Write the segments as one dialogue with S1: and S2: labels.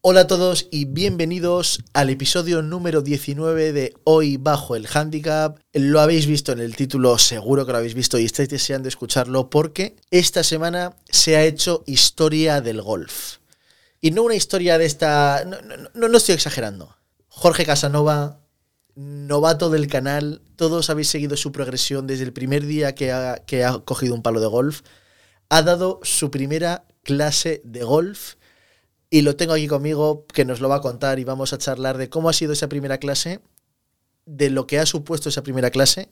S1: Hola a todos y bienvenidos al episodio número 19 de Hoy Bajo el Handicap. Lo habéis visto en el título, seguro que lo habéis visto y estáis deseando escucharlo porque esta semana se ha hecho historia del golf. Y no una historia de esta... No, no, no, no estoy exagerando. Jorge Casanova, novato del canal, todos habéis seguido su progresión desde el primer día que ha, que ha cogido un palo de golf. Ha dado su primera clase de golf y lo tengo aquí conmigo que nos lo va a contar y vamos a charlar de cómo ha sido esa primera clase, de lo que ha supuesto esa primera clase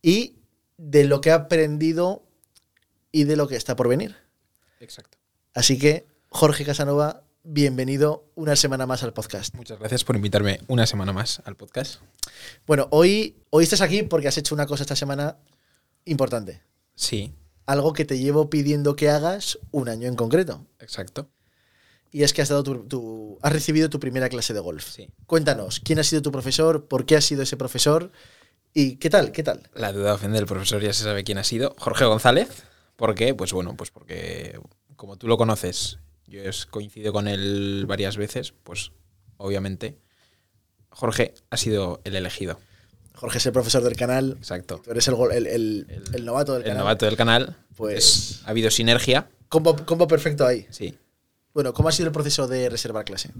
S1: y de lo que ha aprendido y de lo que está por venir.
S2: Exacto.
S1: Así que, Jorge Casanova, bienvenido una semana más al podcast.
S2: Muchas gracias por invitarme una semana más al podcast.
S1: Bueno, hoy, hoy estás aquí porque has hecho una cosa esta semana importante.
S2: Sí,
S1: Algo que te llevo pidiendo que hagas un año en concreto.
S2: exacto.
S1: Y es que has, dado tu, tu- has recibido tu primera clase de golf.
S2: Sí.
S1: Cuéntanos, ¿quién ha sido tu profesor? ¿Por qué ha sido ese profesor? ¿Y qué tal? ¿Qué tal?
S2: La duda ofende del profesor, ya se sabe quién ha sido. Jorge González. ¿Por qué? Pues bueno, pues porque como tú lo conoces, yo he coincidido con él varias veces, pues obviamente Jorge ha sido el elegido.
S1: Jorge es el profesor del canal.
S2: Exacto.
S1: Tú eres el, gol- el, el-
S2: El-
S1: el novato del
S2: El
S1: canal.
S2: novato del canal.
S1: Pues-
S2: Ha habido sinergia.
S1: Combo, combo perfecto ahí.
S2: Sí.
S1: Bueno, ¿cómo ha sido el proceso de reservar clase?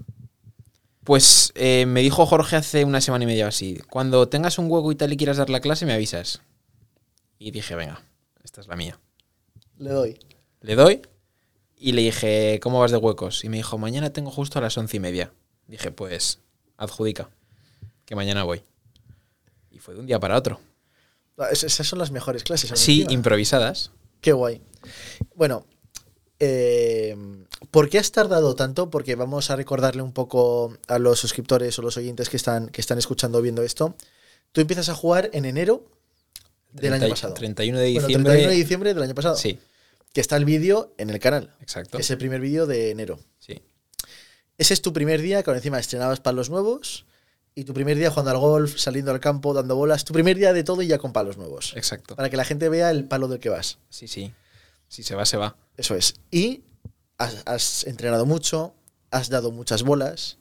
S2: Pues eh, me dijo Jorge hace una semana y media o así, cuando tengas un hueco y tal y quieras dar la clase, me avisas. Y dije, venga, esta es la mía.
S1: Le doy.
S2: Le doy y le dije, ¿cómo vas de huecos? Y me dijo, mañana tengo justo a las once y media. Dije, pues, adjudica, que mañana voy. Y fue de un día para otro.
S1: Ah, es- Esas son las mejores clases. ahora
S2: Sí,
S1: encima.
S2: improvisadas.
S1: Qué guay. Bueno, eh, ¿por qué has tardado tanto? Porque vamos a recordarle un poco a los suscriptores o los oyentes que están, que están escuchando o viendo esto. Tú empiezas a jugar en enero del año
S2: 30
S1: pasado.
S2: 31 de
S1: Bueno,
S2: diciembre.
S1: 31 de diciembre del año pasado.
S2: Sí,
S1: Que está el vídeo en el canal.
S2: exacto.
S1: Es el primer vídeo de enero.
S2: Sí,
S1: Ese es tu primer día, que encima estrenabas palos nuevos. Y tu primer día jugando al golf, saliendo al campo, dando bolas. Tu primer día de todo y ya con palos nuevos.
S2: exacto.
S1: Para que la gente vea el palo del que vas.
S2: Sí, sí. Si se va, se va.
S1: Eso es. Y has, has entrenado mucho, has dado muchas bolas,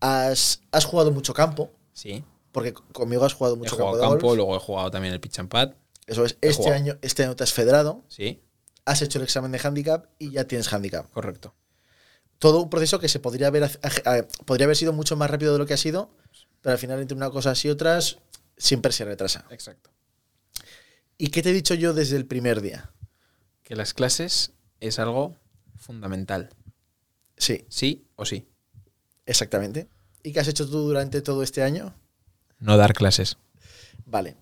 S1: has, has jugado mucho campo,
S2: Sí.
S1: porque c- conmigo has jugado
S2: He
S1: mucho campo.
S2: jugado
S1: de golf.
S2: campo, luego he jugado también el pitch and pad.
S1: Eso es.
S2: he
S1: Este
S2: jugado.
S1: año, este año te has federado,
S2: Sí,
S1: has hecho el examen de handicap y ya tienes handicap.
S2: correcto.
S1: Todo un proceso que se podría haber, hace- aje- eh, podría haber sido mucho más rápido de lo que ha sido, pero al final entre unas cosas y otras siempre se retrasa.
S2: Exacto.
S1: ¿Y qué te he dicho yo desde el primer día?
S2: Que las clases es algo fundamental.
S1: Sí,
S2: Sí o sí.
S1: exactamente. ¿Y qué has hecho tú durante todo este año?
S2: No dar clases.
S1: Vale.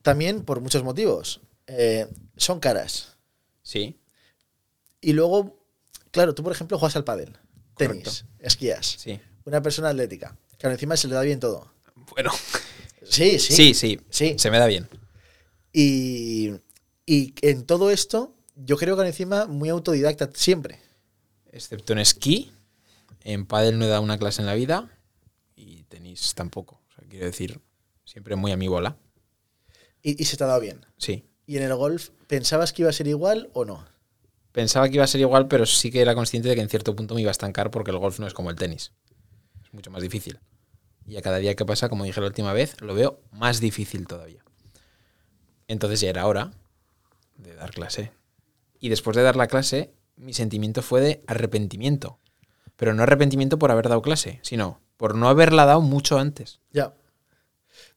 S1: También por muchos motivos. Eh, son caras.
S2: Sí,
S1: Y luego, claro, tú, por ejemplo, juegas al pádel, tenis,
S2: Correcto.
S1: esquías.
S2: sí.
S1: Una persona atlética. Claro, encima se le da bien todo.
S2: Bueno,
S1: Sí, sí.
S2: sí, sí,
S1: Sí.
S2: se me da bien.
S1: Y, y en todo esto, yo creo que encima muy autodidacta siempre.
S2: Excepto en esquí, en pádel no he dado una clase en la vida y tenis tampoco. O sea, quiero decir, siempre muy a mi bola.
S1: Y, y se te ha dado bien.
S2: Sí.
S1: Y en el golf, ¿pensabas que iba a ser igual o no?
S2: Pensaba que iba a ser igual, pero sí que era consciente de que en cierto punto me iba a estancar porque el golf no es como el tenis. Es mucho más difícil. Y a cada día que pasa, como dije la última vez, lo veo más difícil todavía. Entonces ya era hora de dar clase. Y después de dar la clase, mi sentimiento fue de arrepentimiento. Pero no arrepentimiento por haber dado clase, sino por no haberla dado mucho antes.
S1: Ya.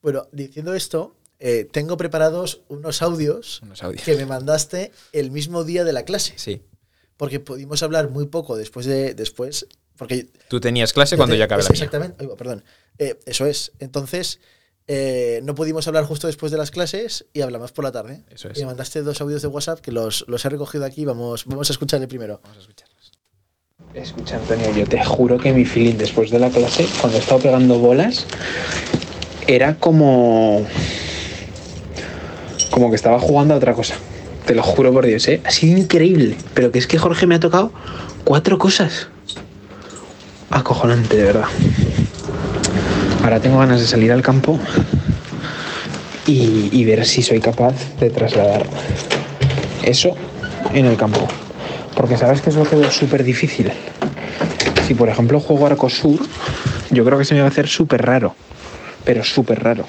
S1: Bueno, diciendo esto, eh, tengo preparados unos audios
S2: Unos audios.
S1: que me mandaste el mismo día de la clase.
S2: Sí.
S1: porque pudimos hablar muy poco después de después porque
S2: Tú tenías clase cuando yo acabé la mía.
S1: exactamente Ay, perdón Eh, eso es entonces eh, no pudimos hablar justo después de las clases y hablamos por la tarde
S2: Eso es.
S1: y me mandaste dos audios de WhatsApp que los, los he recogido aquí vamos vamos a escuchar el primero
S2: Vamos a escucharlos.
S3: Escucha, Antonio, yo te juro que mi feeling después de la clase, cuando estaba pegando bolas, era como. como que estaba jugando a otra cosa. Te lo juro por Dios, ¿eh? Ha sido increíble. Pero que es que Jorge me ha tocado cuatro cosas. Acojonante, de verdad. Ahora tengo ganas de salir al campo y, y ver si soy capaz de trasladar eso en el campo. Porque sabes que es lo que veo súper difícil. Si por ejemplo juego arco sur, yo creo que se me va a hacer súper raro. Pero súper raro.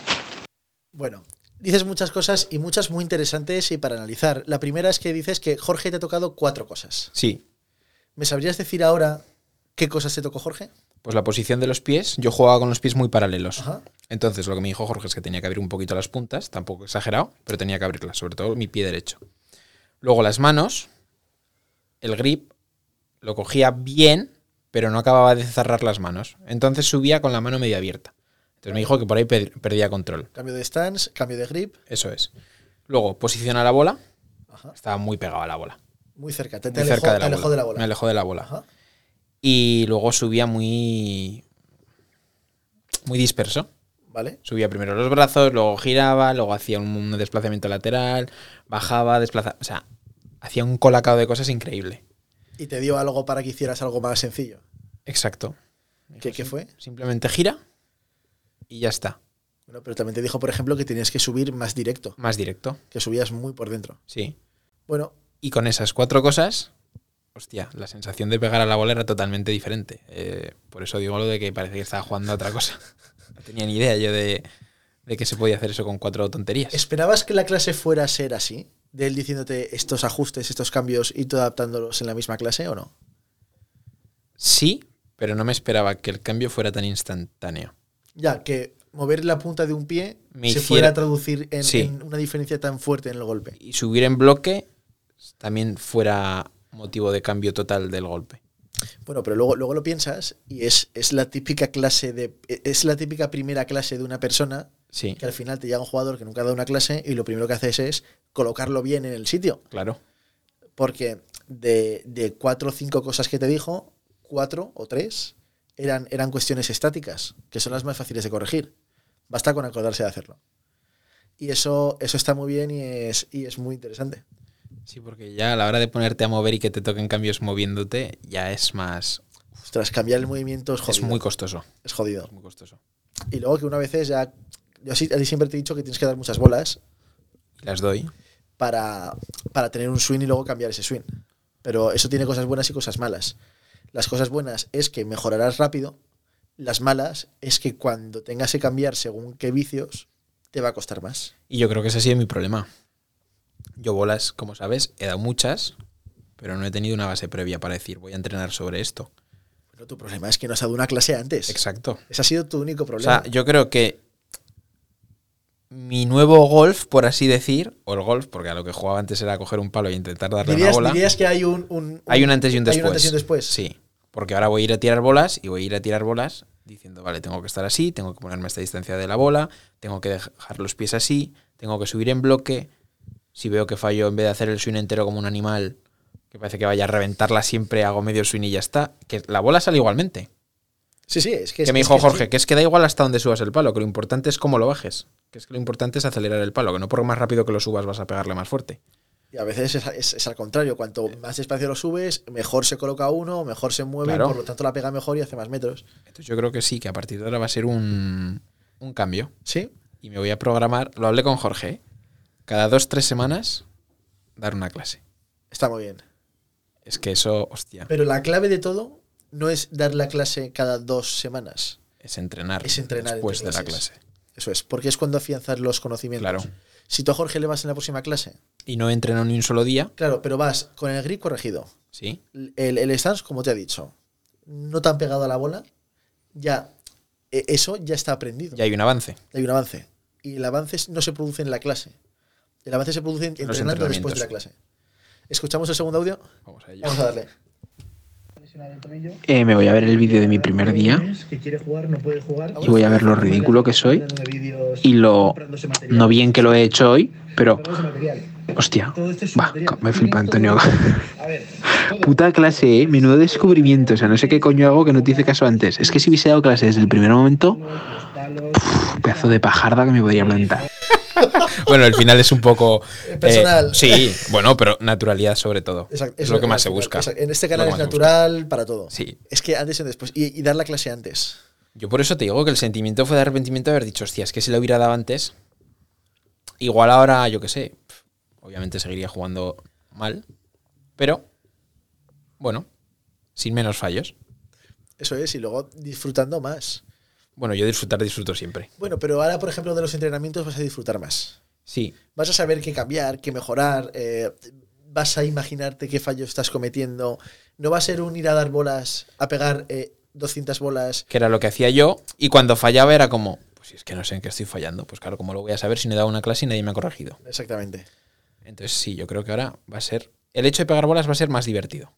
S1: Bueno, dices muchas cosas y muchas muy interesantes y para analizar. La primera es que dices que Jorge te ha tocado cuatro cosas.
S2: Sí,
S1: ¿Me sabrías decir ahora qué cosas te tocó Jorge?
S2: pues la posición de los pies, yo jugaba con los pies muy paralelos.
S1: Ajá.
S2: Entonces, lo que me dijo Jorge es que tenía que abrir un poquito las puntas, tampoco exagerado, pero tenía que abrirlas, sobre todo mi pie derecho. Luego las manos, el grip, lo cogía bien, pero no acababa de cerrar las manos. Entonces subía con la mano medio abierta. Entonces me dijo que por ahí per- perdía control.
S1: Cambio de stance, cambio de grip.
S2: Eso es. Luego, posición a la bola,
S1: Ajá.
S2: estaba muy pegado a la bola.
S1: Muy cerca, te, te
S2: Muy
S1: alejó,
S2: cerca de la,
S1: te alejó
S2: bola.
S1: de la bola.
S2: Me alejó de la bola.
S1: Ajá.
S2: Y luego subía muy. muy disperso.
S1: ¿Vale?
S2: Subía primero los brazos, luego giraba, luego hacía un, un desplazamiento lateral, bajaba, desplazaba. O sea, hacía un colacado de cosas increíble.
S1: Y te dio algo para que hicieras algo más sencillo.
S2: Exacto.
S1: ¿Qué, qué fue?
S2: Simplemente gira y ya está.
S1: Bueno, pero también te dijo, por ejemplo, que tenías que subir más directo,
S2: Más directo.
S1: que subías muy por dentro.
S2: Sí.
S1: Bueno,
S2: Y con esas cuatro cosas, hostia, la sensación de pegar a la bola era totalmente diferente. Eh, por eso digo lo de que parece que estaba jugando a otra cosa. No tenía ni idea yo de, de que se podía hacer eso con cuatro tonterías.
S1: ¿esperabas que la clase fuera a ser así? De él diciéndote estos ajustes, estos cambios y tú adaptándolos en la misma clase o no?
S2: Sí, pero no me esperaba que el cambio fuera tan instantáneo.
S1: Ya, que mover la punta de un pie
S2: Me
S1: se
S2: hiciera-
S1: fuera a traducir en,
S2: Sí.
S1: en una diferencia tan fuerte en el golpe.
S2: Y subir en bloque también fuera motivo de cambio total del golpe.
S1: Bueno, pero luego, luego lo piensas y es, es la típica clase de. e, Es la típica primera clase de una persona
S2: Sí,
S1: que al final te llega un jugador que nunca ha dado una clase y lo primero que haces es colocarlo bien en el sitio.
S2: claro.
S1: Porque de, de cuatro o cinco cosas que te dijo, cuatro o tres eran, eran cuestiones estáticas, que son las más fáciles de corregir. Basta con acordarse de hacerlo. Y eso, eso está muy bien y es, y es muy interesante.
S2: Sí, porque ya a la hora de ponerte a mover y que te toquen cambios moviéndote, ya es más...
S1: Ostras, cambiar el movimiento es jodido.
S2: Es muy costoso.
S1: es jodido.
S2: Es muy costoso.
S1: Y luego que una vez es ya. Yo sí- a ti siempre te he dicho que tienes que dar muchas bolas
S2: Y las doy.
S1: para, para tener un swing y luego cambiar ese swing. Pero eso tiene cosas buenas y cosas malas. Las cosas buenas es que mejorarás rápido. Las malas es que cuando tengas que cambiar según qué vicios, te va a costar más.
S2: Y yo creo que ese ha sido mi problema. Yo bolas, como sabes, he dado muchas, pero no he tenido una base previa para decir voy a entrenar sobre esto.
S1: Pero tu problema es que no has dado una clase antes.
S2: Exacto.
S1: Ese ha sido tu único
S2: O
S1: problema.
S2: sea, yo creo que mi nuevo golf, por así decir, o el golf, porque a lo que jugaba antes era coger un palo e intentar darle una
S1: dirías,
S2: bola.
S1: dirías que hay un, un-
S2: Hay un antes y un
S1: hay
S2: después.
S1: antes y un después.
S2: Sí. Porque ahora voy a ir a tirar bolas y voy a ir a tirar bolas diciendo, vale, tengo que estar así, tengo que ponerme a esta distancia de la bola, tengo que dejar los pies así, tengo que subir en bloque. Si veo que fallo, en vez de hacer el swing entero como un animal, que parece que vaya a reventarla siempre, hago medio swing y ya está. Que la bola sale igualmente.
S1: Sí, sí, es que,
S2: Que
S1: es-
S2: me
S1: es
S2: dijo
S1: que-
S2: Jorge, que es que da igual hasta donde subas el palo, que lo importante es cómo lo bajes. Que es que lo importante es acelerar el palo, que no por más rápido que lo subas vas a pegarle más fuerte.
S1: Y a veces es, es- es al contrario. Cuanto más despacio lo subes, mejor se coloca uno, mejor se mueve,
S2: Claro.
S1: y por lo tanto la pega mejor y hace más metros.
S2: Entonces yo creo que sí, que a partir de ahora va a ser un, un cambio.
S1: Sí,
S2: Y me voy a programar, lo hablé con Jorge, ¿eh? cada dos, tres semanas dar una clase.
S1: está muy bien.
S2: Es que eso, hostia,
S1: Pero la clave de todo no es dar la clase cada dos semanas.
S2: es entrenar,
S1: Es entrenar
S2: después de
S1: entre
S2: la
S1: clases.
S2: clase.
S1: Eso es, porque es cuando afianzas los conocimientos.
S2: Claro.
S1: Si tú a Jorge le vas en la próxima clase,
S2: Y no entreno ni un solo día,
S1: claro, pero vas con el grip corregido,
S2: ¿sí?
S1: el, el stance, como te he dicho, no tan pegado a la bola, ya e- eso ya está aprendido.
S2: Ya hay un avance.
S1: Hay un avance. Y el avance no se produce en la clase. El avance se produce
S2: En los
S1: entrenando después de la clase. ¿Escuchamos el segundo audio?
S2: Vamos a ello.
S1: Vamos a darle.
S3: Eh, me voy a ver el vídeo de mi primer día y voy a ver lo ridículo que soy y lo no bien que lo he hecho hoy, pero hostia, bah, me flipa Antonio. Puta clase, ¿eh? menudo descubrimiento, o sea, no sé qué coño hago que no te hice caso antes. Es que si hubiese dado clase desde el primer momento, pf, pedazo de pajarda que me podría plantar.
S2: Bueno, el final es un poco... eh,
S1: Personal.
S2: sí, bueno, pero naturalidad sobre todo.
S1: Exacto,
S2: es lo que más se
S1: natural,
S2: busca.
S1: exacto. En este
S2: Es lo
S1: canal
S2: que
S1: es
S2: más se
S1: natural para todo.
S2: Sí.
S1: Es que antes y después. Y, y dar la clase antes.
S2: Yo por eso te digo que el sentimiento fue de arrepentimiento de haber dicho, hostia, es que si lo hubiera dado antes, igual ahora, yo qué sé, pf, obviamente seguiría jugando mal, pero bueno, sin menos fallos.
S1: Eso es, y luego disfrutando más.
S2: Bueno, yo disfrutar disfruto siempre.
S1: Bueno, pero ahora, por ejemplo, de los entrenamientos vas a disfrutar más.
S2: Sí,
S1: Vas a saber qué cambiar, qué mejorar, eh, vas a imaginarte qué fallo estás cometiendo. No va a ser un ir a dar bolas, a pegar eh, 200 bolas.
S2: que era lo que hacía yo. Y cuando fallaba era como, pues si es que no sé en qué estoy fallando. Pues claro, ¿cómo lo voy a saber si no he dado una clase y nadie me ha corregido?
S1: Exactamente.
S2: Entonces sí, yo creo que ahora va a ser... El hecho de pegar bolas va a ser más divertido.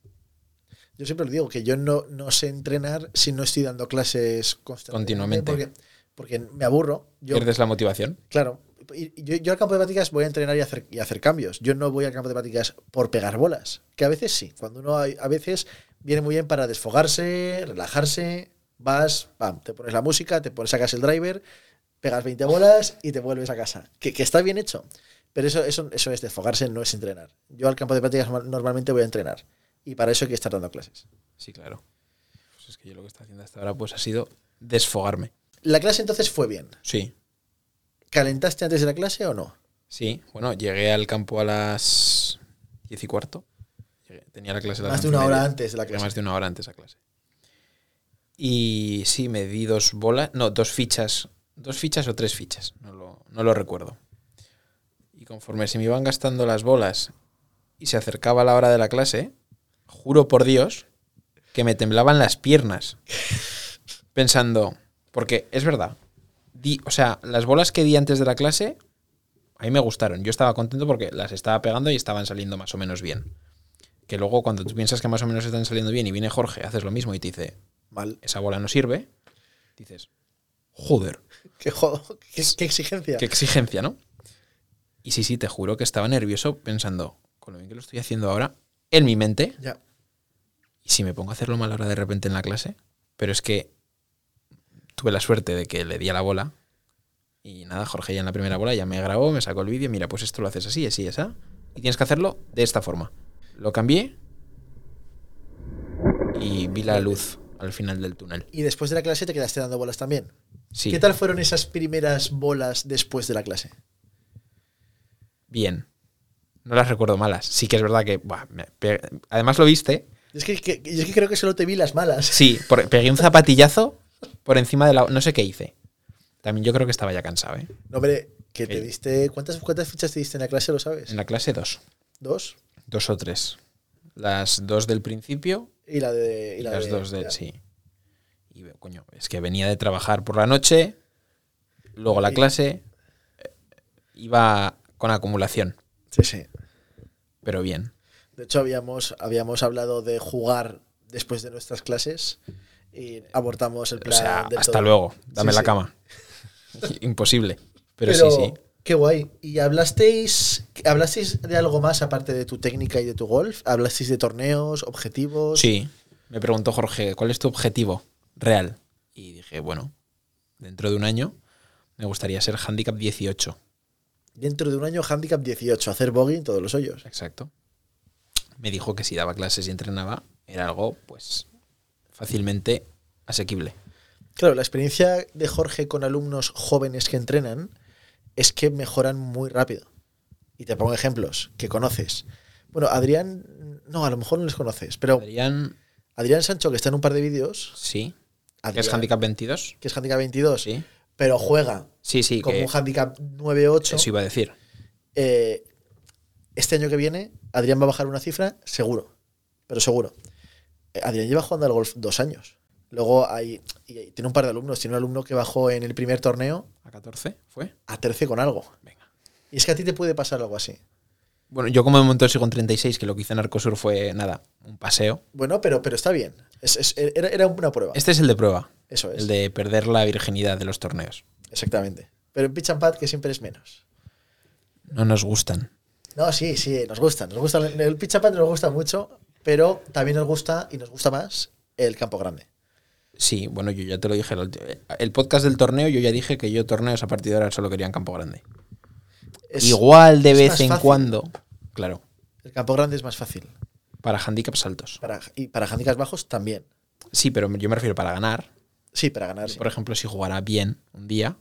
S1: Yo siempre lo digo, que yo no, no sé entrenar si no estoy dando clases constantemente.
S2: Continuamente.
S1: Porque, porque me aburro. Yo,
S2: Pierdes la motivación.
S1: Claro. Y- y Yo, yo al campo de prácticas voy a entrenar y hacer, y hacer cambios. Yo no voy al campo de prácticas por pegar bolas, que a veces sí. Cuando uno hay- a veces viene muy bien para desfogarse, relajarse, vas, pam, te pones la música, te pones, sacas el driver, pegas 20 bolas y te vuelves a casa. Que, que está bien hecho. Pero eso, eso, eso es desfogarse, no es entrenar. Yo al campo de prácticas normal- normalmente voy a entrenar. Y para eso hay que estar dando clases.
S2: Sí, claro. Pues es que yo lo que estoy haciendo hasta ahora pues ha sido desfogarme.
S1: La clase entonces fue bien.
S2: Sí,
S1: ¿Calentaste antes de la clase o no?
S2: sí. Bueno, llegué al campo a las diez y cuarto. Llegué- Tenía la clase a las
S1: Más de
S2: once y
S1: una hora
S2: media.
S1: antes de la
S2: Era
S1: clase.
S2: más de una hora antes a clase. Y sí, me di dos bolas, no, dos fichas, dos fichas o tres fichas, no lo, no lo recuerdo. Y conforme se me iban gastando las bolas y se acercaba la hora de la clase, juro por Dios que me temblaban las piernas. Pensando, porque es verdad, di, o sea, las bolas que di antes de la clase, a mí me gustaron. Yo estaba contento porque las estaba pegando y estaban saliendo más o menos bien que luego cuando tú piensas que más o menos están saliendo bien y viene Jorge, haces lo mismo y te dice,
S1: Mal.
S2: esa bola no sirve, dices, joder,
S1: Qué, jo- qué- qué exigencia.
S2: qué exigencia, ¿no? Y sí, sí, te juro que estaba nervioso pensando, con lo bien que lo estoy haciendo ahora, en mi mente,
S1: Ya.
S2: y si me pongo a hacerlo mal ahora de repente en la clase, pero es que tuve la suerte de que le di a la bola y nada, Jorge ya en la primera bola ya me grabó, me sacó el vídeo, mira, pues esto lo haces así, así, esa, y tienes que hacerlo de esta forma. Lo cambié y vi la luz al final del túnel.
S1: Y después de la clase te quedaste dando bolas también.
S2: Sí,
S1: ¿Qué tal fueron esas primeras bolas después de la clase?
S2: bien. No las recuerdo malas. Sí que es verdad que... buah, me pe- Además lo viste.
S1: Es que, que- yo es que creo que solo te vi las malas.
S2: Sí, por- pegué un zapatillazo por encima de la... No sé qué hice. También yo creo que estaba ya cansado, ¿eh?
S1: No, hombre, que te
S2: Ok.
S1: diste. ¿Cuántas, ¿Cuántas fichas te diste en la clase? ¿Lo sabes?
S2: En la clase 2.
S1: Dos.
S2: Dos o tres. Las dos del principio
S1: Y la de. y
S2: y
S1: la
S2: las
S1: de-
S2: dos del.
S1: ya.
S2: Sí. Y veo, coño, es que venía de trabajar por la noche, luego la
S1: Y-
S2: clase, eh, iba con acumulación,
S1: Sí, sí.
S2: pero bien.
S1: De hecho, habíamos, habíamos hablado de jugar después de nuestras clases y abortamos el
S2: O
S1: plan.
S2: sea,
S1: del
S2: hasta
S1: todo.
S2: luego, dame
S1: Sí,
S2: la
S1: sí.
S2: cama. Imposible. Pero,
S1: Pero,
S2: sí, sí.
S1: Qué guay. ¿Y hablasteis, hablasteis de algo más aparte de tu técnica y de tu golf? ¿Hablasteis de torneos, objetivos?
S2: Sí. Me preguntó Jorge, ¿cuál es tu objetivo real? Y dije, bueno, dentro de un año me gustaría ser handicap 18.
S1: Dentro de un año, handicap 18, hacer bogey en todos los hoyos.
S2: Exacto. Me dijo que si daba clases y entrenaba, era algo, pues, fácilmente asequible.
S1: Claro, la experiencia de Jorge con alumnos jóvenes que entrenan es que mejoran muy rápido. Y te pongo ejemplos que conoces. Bueno, Adrián, no, a lo mejor no les conoces, pero
S2: Adrián,
S1: Adrián Sancho, que está en un par de vídeos,
S2: sí. ¿Que
S1: Adrián,
S2: es handicap 22?
S1: que es handicap 22,
S2: Sí.
S1: pero juega
S2: Sí, sí.
S1: como
S2: que
S1: un handicap 9-8.
S2: eso iba a decir.
S1: eh, este año que viene, Adrián va a bajar una cifra, seguro. Pero seguro. Eh, Adrián lleva jugando al golf dos años. Luego hay, y- y tiene un par de alumnos. Tiene un alumno que bajó en el primer torneo
S2: ¿A 14 fue?
S1: a 13 con algo.
S2: Venga.
S1: Y es que a ti te puede pasar algo así.
S2: Bueno, yo como me montó sigo en 36, que lo que hice en Arcosur fue, nada, un paseo.
S1: Bueno, pero, pero está bien. Es- es- er, era, era una prueba.
S2: Este es el de prueba.
S1: Eso es.
S2: El de perder la virginidad de los torneos.
S1: Exactamente. Pero en pitch and pad, que siempre es menos.
S2: No nos gustan.
S1: No, sí, sí, nos gusta. Nos gusta el el pitch and pad nos gusta mucho, pero también nos gusta y nos gusta más el campo grande.
S2: Sí, bueno, yo ya te lo dije. la ulti- El podcast del torneo, yo ya dije que yo torneos a partir de ahora solo quería en Campo Grande.
S1: Es-
S2: Igual de
S1: es
S2: vez
S1: más
S2: en
S1: fácil.
S2: cuando. Claro.
S1: El campo grande es más fácil.
S2: Para handicaps altos.
S1: Para, y para handicaps bajos también.
S2: Sí, pero yo me refiero para ganar.
S1: Sí, para ganar. sí.
S2: Por ejemplo, si jugara bien un día,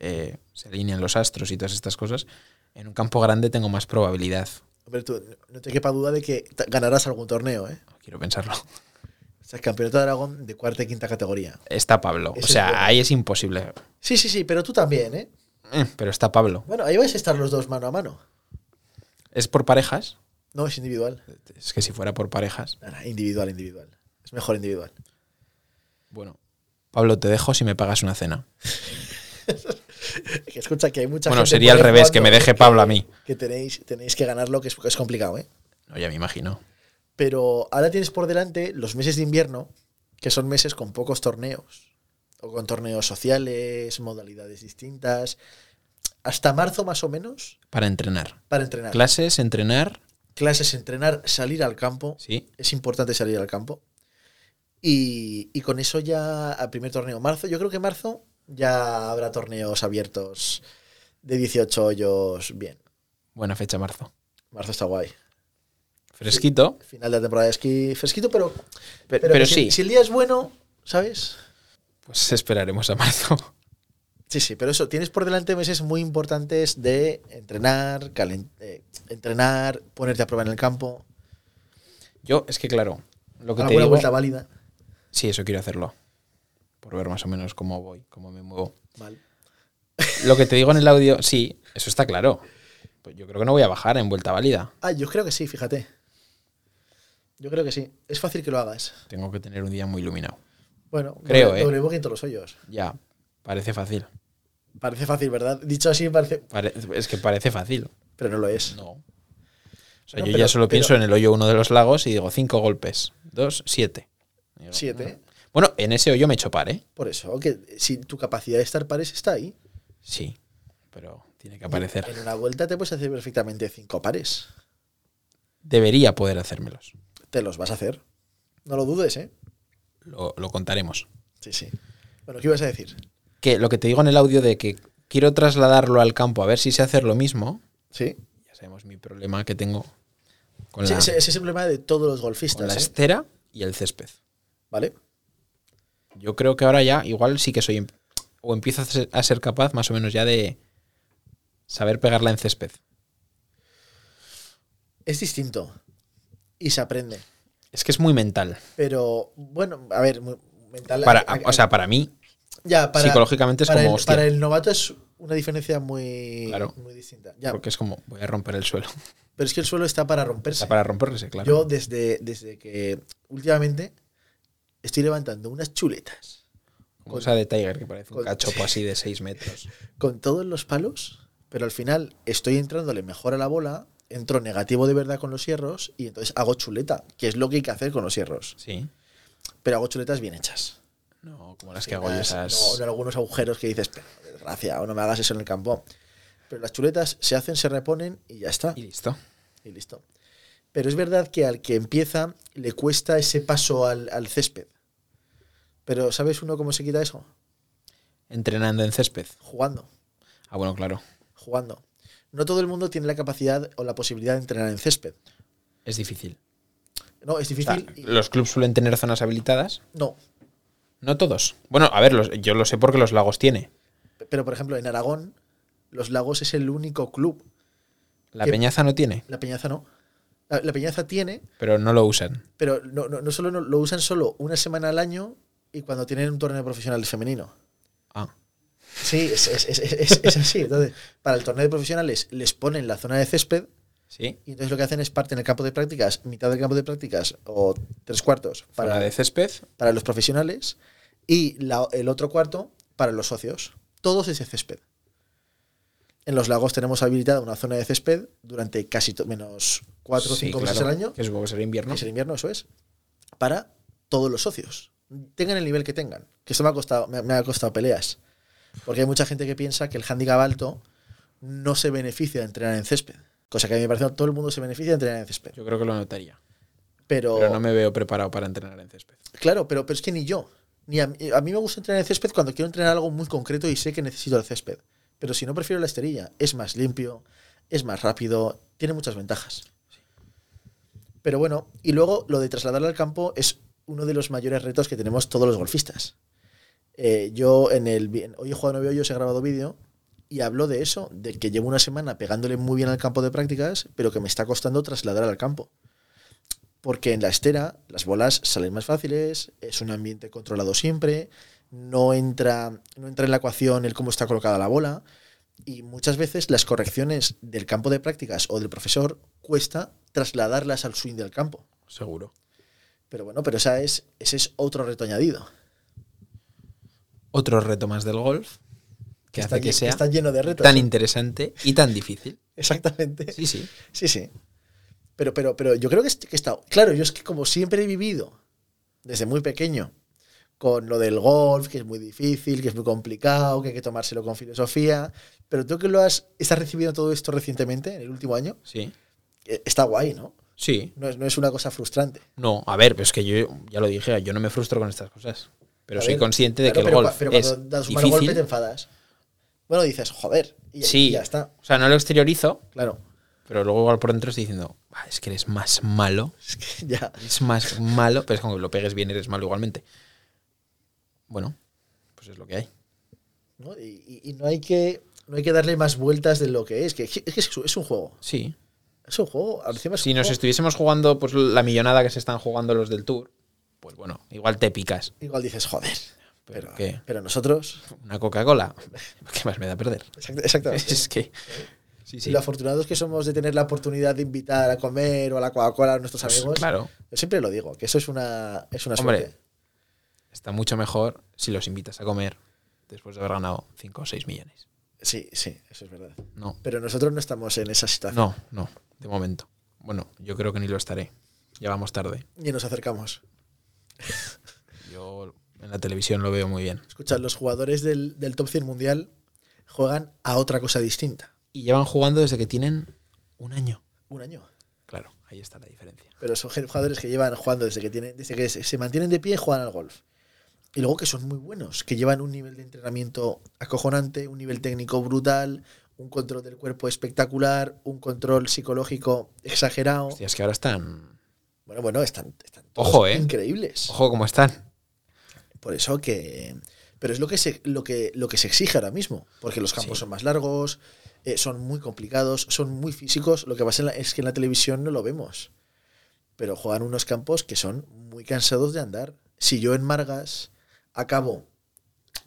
S2: eh, se alinean los astros y todas estas cosas, en un campo grande tengo más probabilidad.
S1: Hombre, tú, no te quepa duda de que ta- ganarás algún torneo, ¿eh?
S2: Quiero pensarlo.
S1: O sea, campeonato de Aragón de cuarta y quinta categoría.
S2: Está Pablo.
S1: Ese
S2: o sea,
S1: es bueno.
S2: ahí es imposible.
S1: Sí, sí, sí, pero tú también, ¿eh?
S2: Eh, Pero está Pablo.
S1: Bueno, ahí vais a estar los dos mano a mano.
S2: ¿Es por parejas?
S1: No, es individual.
S2: Es que si fuera por parejas.
S1: Nada, individual, individual. Es mejor individual.
S2: Bueno. Pablo, te dejo si me pagas una cena.
S1: Que escucha que hay mucha
S2: bueno,
S1: gente
S2: sería
S1: por
S2: al
S1: ahí
S2: revés, que
S1: jugando
S2: me deje Pablo a mí.
S1: Que tenéis, tenéis que ganarlo, que es, es complicado, ¿eh?
S2: No, ya me imagino.
S1: Pero ahora tienes por delante los meses de invierno, que son meses con pocos torneos, o con torneos sociales, modalidades distintas, hasta marzo más o menos
S2: Para entrenar.
S1: para entrenar.
S2: Clases, entrenar.
S1: Clases, entrenar, salir al campo.
S2: Sí.
S1: Es importante salir al campo. Y, y con eso ya al primer torneo, marzo, yo creo que marzo ya habrá torneos abiertos de 18 hoyos. Bien,
S2: Buena fecha, marzo.
S1: marzo está guay.
S2: Fresquito.
S1: Final de la temporada de esquí fresquito, pero, pero
S2: Pero, pero
S1: que si-
S2: sí.
S1: si el día es bueno, ¿sabes?
S2: Pues esperaremos a marzo.
S1: Sí, sí, pero eso, tienes por delante meses muy importantes de entrenar, calen- eh, entrenar, ponerte a prueba en el campo,
S2: Yo, es que claro, lo que
S1: alguna
S2: te digo.
S1: vuelta válida.
S2: Sí, eso quiero hacerlo. Por ver más o menos cómo voy, cómo me muevo.
S1: Mal.
S2: Lo que te digo en el audio, sí, eso está claro. Pues yo creo que no voy a bajar en vuelta válida.
S1: Ah, yo creo que sí, fíjate. Yo creo que sí. Es fácil que lo hagas.
S2: Tengo que tener un día muy iluminado.
S1: Bueno,
S2: Creo,
S1: doble,
S2: ¿eh?
S1: doble bogey en todos los hoyos.
S2: Ya, parece fácil.
S1: Parece fácil, ¿verdad? Dicho así, parece.
S2: Pare- es que parece fácil.
S1: Pero no lo es.
S2: No. O sea,
S1: No,
S2: yo
S1: pero-
S2: ya solo
S1: pero-
S2: pienso en el hoyo uno de los lagos y digo cinco golpes. Dos, siete. Digo,
S1: Siete.
S2: "Ah". Bueno, en ese hoyo me echo par, ¿eh?
S1: Por eso, que si tu capacidad de estar pares está ahí,
S2: Sí, pero tiene que
S1: en
S2: aparecer.
S1: una vuelta te puedes hacer perfectamente cinco pares.
S2: Debería poder hacérmelos.
S1: Te los vas a hacer. No lo dudes, ¿eh?
S2: Lo, lo contaremos.
S1: Sí, sí. Bueno, ¿qué ibas a decir?
S2: Que lo que te digo en el audio de que quiero trasladarlo al campo a ver si sé hacer lo mismo.
S1: Sí.
S2: Ya sabemos mi problema que tengo con
S1: Sí,
S2: la,
S1: ese, ese es el problema de todos los
S2: con
S1: golfistas.
S2: la
S1: ¿eh?
S2: estera y el césped.
S1: ¿Vale?
S2: Yo creo que ahora ya, igual sí que soy. em, O empiezo a ser, a ser capaz más o menos ya de saber pegarla en césped.
S1: Es distinto. Y se aprende.
S2: Es que es muy mental.
S1: Pero, bueno, a ver, mu- mental.
S2: Para,
S1: a- a-
S2: o sea, para mí,
S1: ya, para-
S2: psicológicamente es
S1: para
S2: como
S1: el,
S2: hostia.
S1: para el novato es una diferencia muy,
S2: Claro.
S1: muy distinta. Ya,
S2: porque es como voy a romper el suelo.
S1: pero es que el suelo está para romperse.
S2: Está para romperse, claro.
S1: Yo desde, desde que últimamente estoy levantando unas chuletas
S2: como esa de Tiger que parece un
S1: con-
S2: cachopo así de 6 metros.
S1: con todos los palos, pero al final estoy entrándole mejor a la bola, entro negativo de verdad con los hierros y entonces hago chuleta, que es lo que hay que hacer con los hierros.
S2: Sí. pero
S1: Pero hago chuletas bien hechas.
S2: No, como las que hago yo
S1: Las-
S2: esas.
S1: no, no algunos agujeros que dices, pero desgracia, o no me hagas eso en el campo. Pero las chuletas se hacen, se reponen y ya está.
S2: Y listo.
S1: y listo. Pero es verdad que al que empieza le cuesta ese paso al, al césped. Pero ¿sabes uno cómo se quita eso?
S2: Entrenando en césped.
S1: Jugando,
S2: Ah, bueno, claro.
S1: jugando. No todo el mundo tiene la capacidad o la posibilidad de entrenar en césped.
S2: Es difícil.
S1: No, es
S2: O sea,
S1: difícil. y-
S2: los clubes suelen tener zonas habilitadas.
S1: no,
S2: No todos. Bueno, a ver, los- yo lo sé porque los lagos tiene.
S1: pero por ejemplo en Aragón, Los Lagos es el único club.
S2: La
S1: Que-
S2: Peñaza no tiene,
S1: La Peñaza no. La, la Peñaza tiene,
S2: pero no lo usan.
S1: pero no, no, no solo no- lo usan solo una semana al año y cuando tienen un torneo profesional femenino.
S2: Ah,
S1: Sí, es, es- es- es- es así. Entonces, para el torneo de profesionales les ponen la zona de césped
S2: sí.
S1: y entonces lo que hacen es parten el campo de prácticas, mitad del campo de prácticas o tres cuartos
S2: Para
S1: para,
S2: de césped,
S1: para los profesionales y la- el otro cuarto para los socios. Todos ese césped. En los lagos tenemos habilitada una zona de césped durante casi to- menos cuatro o
S2: Sí,
S1: cinco meses
S2: claro,
S1: al año,
S2: Que supongo que será
S1: que
S2: invierno.
S1: es el invierno, eso es, para todos los socios. Tengan el nivel que tengan. Que esto me ha costado, me, me ha costado peleas. Porque hay mucha gente que piensa que el handicap alto no se beneficia de entrenar en césped. Cosa que a mí me parece que todo el mundo se beneficia de entrenar en césped.
S2: Yo creo que lo notaría.
S1: Pero,
S2: Pero no me veo preparado para entrenar en césped.
S1: claro, pero, pero es que ni yo. Ni a, mí- a mí me gusta entrenar en césped cuando quiero entrenar algo muy concreto y sé que necesito el césped. Pero si no, prefiero la esterilla. Es más limpio, es más rápido, tiene muchas ventajas. Pero bueno, y luego lo de trasladarlo al campo es uno de los mayores retos que tenemos todos los golfistas. Eh, yo en el vi- en- hoy he jugado nueve hoyos, he grabado vídeo y hablo de eso, de que llevo una semana pegándole muy bien al campo de prácticas, pero que me está costando trasladar al campo. porque en la estera las bolas salen más fáciles, es un ambiente controlado siempre, no entra, no entra en la ecuación el cómo está colocada la bola. Y muchas veces las correcciones del campo de prácticas o del profesor cuesta trasladarlas al swing del campo.
S2: Seguro.
S1: Pero bueno, pero esa es, ese es otro reto añadido.
S2: Otro reto más del golf que
S1: Está
S2: hace que
S1: lle-
S2: sea
S1: está lleno de retos.
S2: tan interesante y tan difícil.
S1: Exactamente.
S2: Sí, sí.
S1: Sí, sí. Pero, pero, pero yo creo que, es- que está. Claro, yo es que como siempre he vivido, desde muy pequeño, con lo del golf, que es muy difícil, que es muy complicado, que hay que tomárselo con filosofía. Pero tú que lo has. Estás recibiendo todo esto recientemente, en el último año,
S2: Sí.
S1: eh, está guay, ¿no?
S2: Sí.
S1: No es, no es una cosa frustrante.
S2: No, a ver, pero es que yo ya lo dije, yo no me frustro con estas cosas. Pero
S1: A
S2: soy
S1: ver,
S2: consciente de
S1: claro,
S2: que el
S1: pero
S2: golf
S1: cua- pero
S2: es
S1: cuando das un mal
S2: difícil.
S1: golpe te enfadas. Bueno, dices, joder, y, ya-
S2: sí,
S1: y ya está.
S2: O sea, no lo exteriorizo,
S1: Claro.
S2: pero luego igual por dentro estoy diciendo, "Ah, es que eres más malo,
S1: Es que ya.
S2: es más malo, pero es como que lo pegues bien, eres malo igualmente. Bueno, pues es lo que hay.
S1: ¿no? Y, y- y no, hay que, no hay que darle más vueltas de lo que es. Que, es que es, es un juego.
S2: Sí.
S1: Es un juego. Encima es
S2: Si
S1: un
S2: nos
S1: juego.
S2: estuviésemos jugando pues la millonada que se están jugando los del tour, pues bueno, igual te picas.
S1: Igual dices, joder.
S2: ¿Pero
S1: Pero,
S2: qué?
S1: pero nosotros.
S2: Una Coca-Cola, ¿qué más me da perder?
S1: Exact- Exactamente.
S2: Es que sí,
S1: Y lo afortunados que somos de tener la oportunidad de invitar a comer o a la Coca-Cola a nuestros
S2: Pues,
S1: amigos.
S2: claro.
S1: Yo siempre lo digo, que eso es una, es una
S2: Hombre.
S1: suerte.
S2: está mucho mejor si los invitas a comer después de haber ganado 5 o 6 millones.
S1: Sí, sí, eso es verdad.
S2: No,
S1: Pero nosotros no estamos en esa situación.
S2: no, no, de momento. Bueno, yo creo que ni lo estaré. Ya vamos tarde.
S1: Ni nos acercamos.
S2: Yo en la televisión lo veo muy bien.
S1: Escucha, los jugadores del, del top 100 mundial juegan a otra cosa distinta.
S2: Y llevan jugando desde que tienen un año.
S1: Un año.
S2: Claro, ahí está la diferencia.
S1: Pero son gen- jugadores que llevan jugando desde que, tienen, desde que se se mantienen de pie y juegan al golf. Y luego que son muy buenos, que llevan un nivel de entrenamiento acojonante, un nivel técnico brutal, un control del cuerpo espectacular, un control psicológico exagerado.
S2: Hostia, es que ahora están...
S1: Bueno, bueno, están, están
S2: Ojo, eh.
S1: increíbles.
S2: Ojo cómo están.
S1: Por eso que. Pero es lo que se, lo que, lo que se exige ahora mismo. Porque los campos
S2: Sí.
S1: son más largos, eh, son muy complicados, son muy físicos. Lo que pasa en la- es que en la televisión no lo vemos. Pero juegan unos campos que son muy cansados de andar. Si yo en Margas acabo,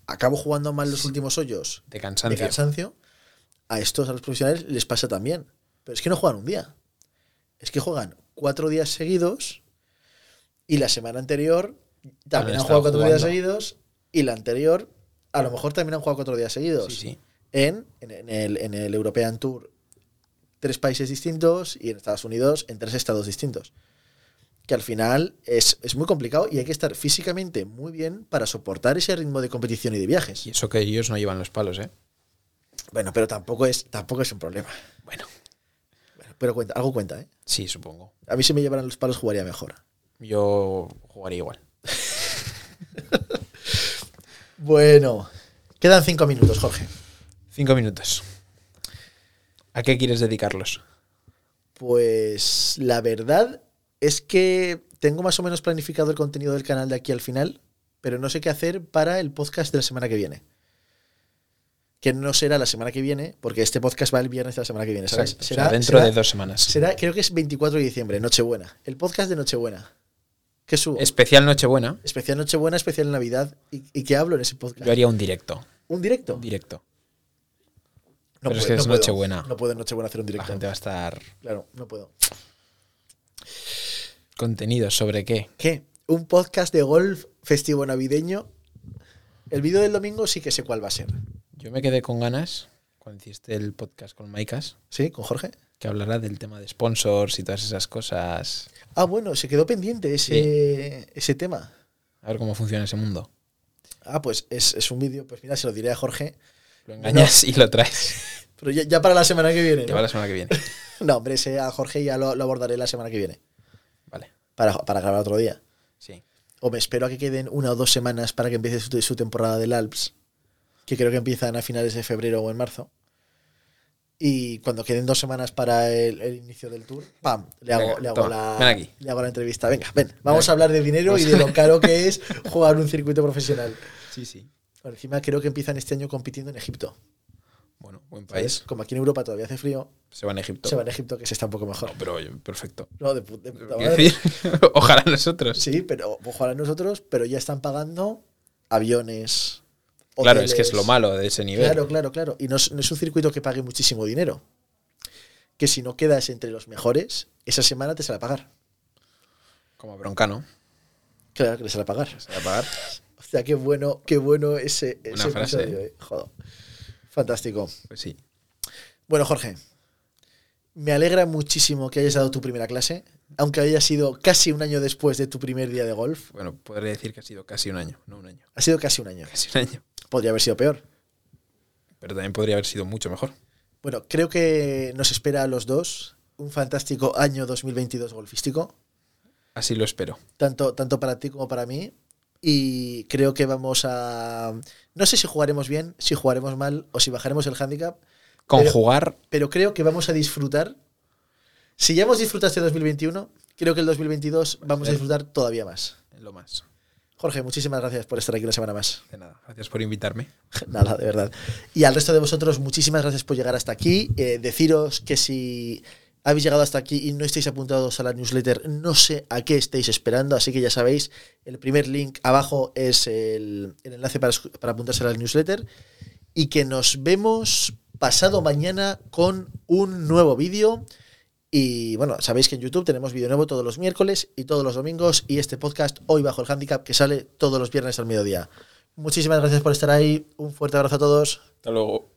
S1: acabo jugando mal los últimos hoyos
S2: De
S1: de
S2: cansancio.
S1: cansancio, a estos, a los profesionales, les pasa también. Pero es que no juegan un día. Es que juegan cuatro días seguidos y la semana anterior
S2: También
S1: también han
S2: están
S1: jugado cuatro días
S2: jugando.
S1: seguidos y la anterior a lo mejor también han jugado cuatro días seguidos.
S2: Sí, sí.
S1: En, en, en el, en el European Tour tres países distintos y en Estados Unidos en tres estados distintos. Que al final es, es muy complicado y hay que estar físicamente muy bien para soportar ese ritmo de competición y de viajes.
S2: Y eso que ellos no llevan los palos, ¿eh?
S1: Bueno, pero tampoco es, tampoco es un problema.
S2: Bueno,
S1: Bueno, pero cuenta, algo cuenta, ¿eh?
S2: sí, supongo.
S1: A mí si me llevaran los palos jugaría mejor.
S2: Yo jugaría igual.
S1: Bueno, quedan cinco minutos, Jorge.
S2: Cinco minutos. ¿A qué quieres dedicarlos?
S1: Pues la verdad es que tengo más o menos planificado el contenido del canal de aquí al final, pero no sé qué hacer para el podcast de la semana que viene. Que no será la semana que viene, porque este podcast va el viernes de la semana que viene. ¿sabes?
S2: Exacto. O sea, dentro
S1: será-
S2: de dos semanas.
S1: será- creo que es 24 de diciembre, Nochebuena. El podcast de Nochebuena. ¿Qué subo?
S2: Especial Nochebuena.
S1: Especial Nochebuena, especial Navidad. ¿Y, y qué hablo en ese podcast?
S2: Yo haría un directo.
S1: ¿Un directo?
S2: Un directo.
S1: No
S2: Pero es
S1: puedo,
S2: que
S1: no
S2: es
S1: puedo.
S2: Nochebuena.
S1: No puedo en Nochebuena hacer un
S2: La
S1: directo.
S2: gente va a estar.
S1: Claro, no puedo.
S2: Contenido sobre qué.
S1: ¿Qué? ¿Un podcast de golf festivo navideño? El vídeo del domingo sí que sé cuál va a ser.
S2: Yo me quedé con ganas cuando hiciste el podcast con Maicas,
S1: ¿Sí? ¿Con Jorge?
S2: que hablará del tema de sponsors y todas esas cosas.
S1: Ah, bueno, se quedó pendiente ese, ese tema.
S2: A ver cómo funciona ese mundo.
S1: Ah, pues es, es un vídeo, pues mira, se lo diré a Jorge.
S2: Lo engañas y lo traes.
S1: Pero ya, ya para la semana que viene.
S2: Ya
S1: ¿no?
S2: va la semana que viene.
S1: No, hombre, ese a Jorge ya lo, lo abordaré la semana que viene.
S2: Vale.
S1: Para, para grabar otro día.
S2: Sí.
S1: O me espero a que queden una o dos semanas para que empiece su, su temporada del Alps, que creo que empiezan a finales de febrero o en marzo. Y cuando queden dos semanas para el, el inicio del tour, ¡pam! Le hago,
S2: Venga,
S1: le hago
S2: toma, ven
S1: la,
S2: aquí.
S1: le hago la entrevista. Venga, ven, vamos
S2: aquí.
S1: a hablar de dinero
S2: Vamos
S1: y de lo caro que es jugar un circuito profesional.
S2: Sí, sí.
S1: Por encima creo que empiezan este año compitiendo en Egipto.
S2: Bueno, buen país.
S1: Como aquí en Europa todavía hace frío,
S2: Se van a Egipto.
S1: se va a Egipto que se está un poco mejor.
S2: No, pero oye, perfecto.
S1: No, de, pu- de puta madre.
S2: Quiero decir, ojalá nosotros.
S1: Sí, pero ojalá nosotros, pero ya están pagando aviones.
S2: claro,
S1: hoteles.
S2: es que es lo malo de ese nivel.
S1: Claro, claro, claro. Y no es, no es un circuito que pague muchísimo dinero. Que si no quedas entre los mejores, esa semana te será pagar.
S2: Como broncano.
S1: Claro que te será pagar.
S2: Se va a pagar.
S1: O sea, qué bueno, qué bueno ese,
S2: Buena
S1: ese
S2: frase.
S1: episodio. eh. Joder. Fantástico.
S2: Pues sí.
S1: Bueno, Jorge, me alegra muchísimo que hayas dado tu primera clase, aunque haya sido casi un año después de tu primer día de golf.
S2: Bueno, podré decir que ha sido casi un año. No un año.
S1: Ha sido casi un año.
S2: Casi un año.
S1: Podría haber sido peor.
S2: Pero también podría haber sido mucho mejor.
S1: Bueno, creo que nos espera a los dos un fantástico año 2022 golfístico,
S2: Así lo espero.
S1: tanto, tanto para ti como para mí. Y creo que vamos a... No sé si jugaremos bien, si jugaremos mal o si bajaremos el handicap,
S2: Conjugar
S1: pero creo que vamos a disfrutar. Si ya hemos disfrutado este 2021, creo que el 2022 vamos a
S2: ser.
S1: disfrutar todavía más.
S2: en lo más.
S1: Jorge, muchísimas gracias por estar aquí una semana más.
S2: De nada. Gracias por invitarme.
S1: Nada, de verdad. Y al resto de vosotros, muchísimas gracias por llegar hasta aquí. Eh, deciros que si habéis llegado hasta aquí y no estáis apuntados a la newsletter, no sé a qué estáis esperando, así que ya sabéis, el primer link abajo es el, el enlace para, escu- para apuntarse a la newsletter y que nos vemos pasado mañana con un nuevo vídeo. Y bueno, sabéis que en YouTube tenemos vídeo nuevo todos los miércoles y todos los domingos y este podcast hoy bajo el handicap que sale todos los viernes al mediodía. Muchísimas gracias por estar ahí. Un fuerte abrazo a todos.
S2: Hasta luego.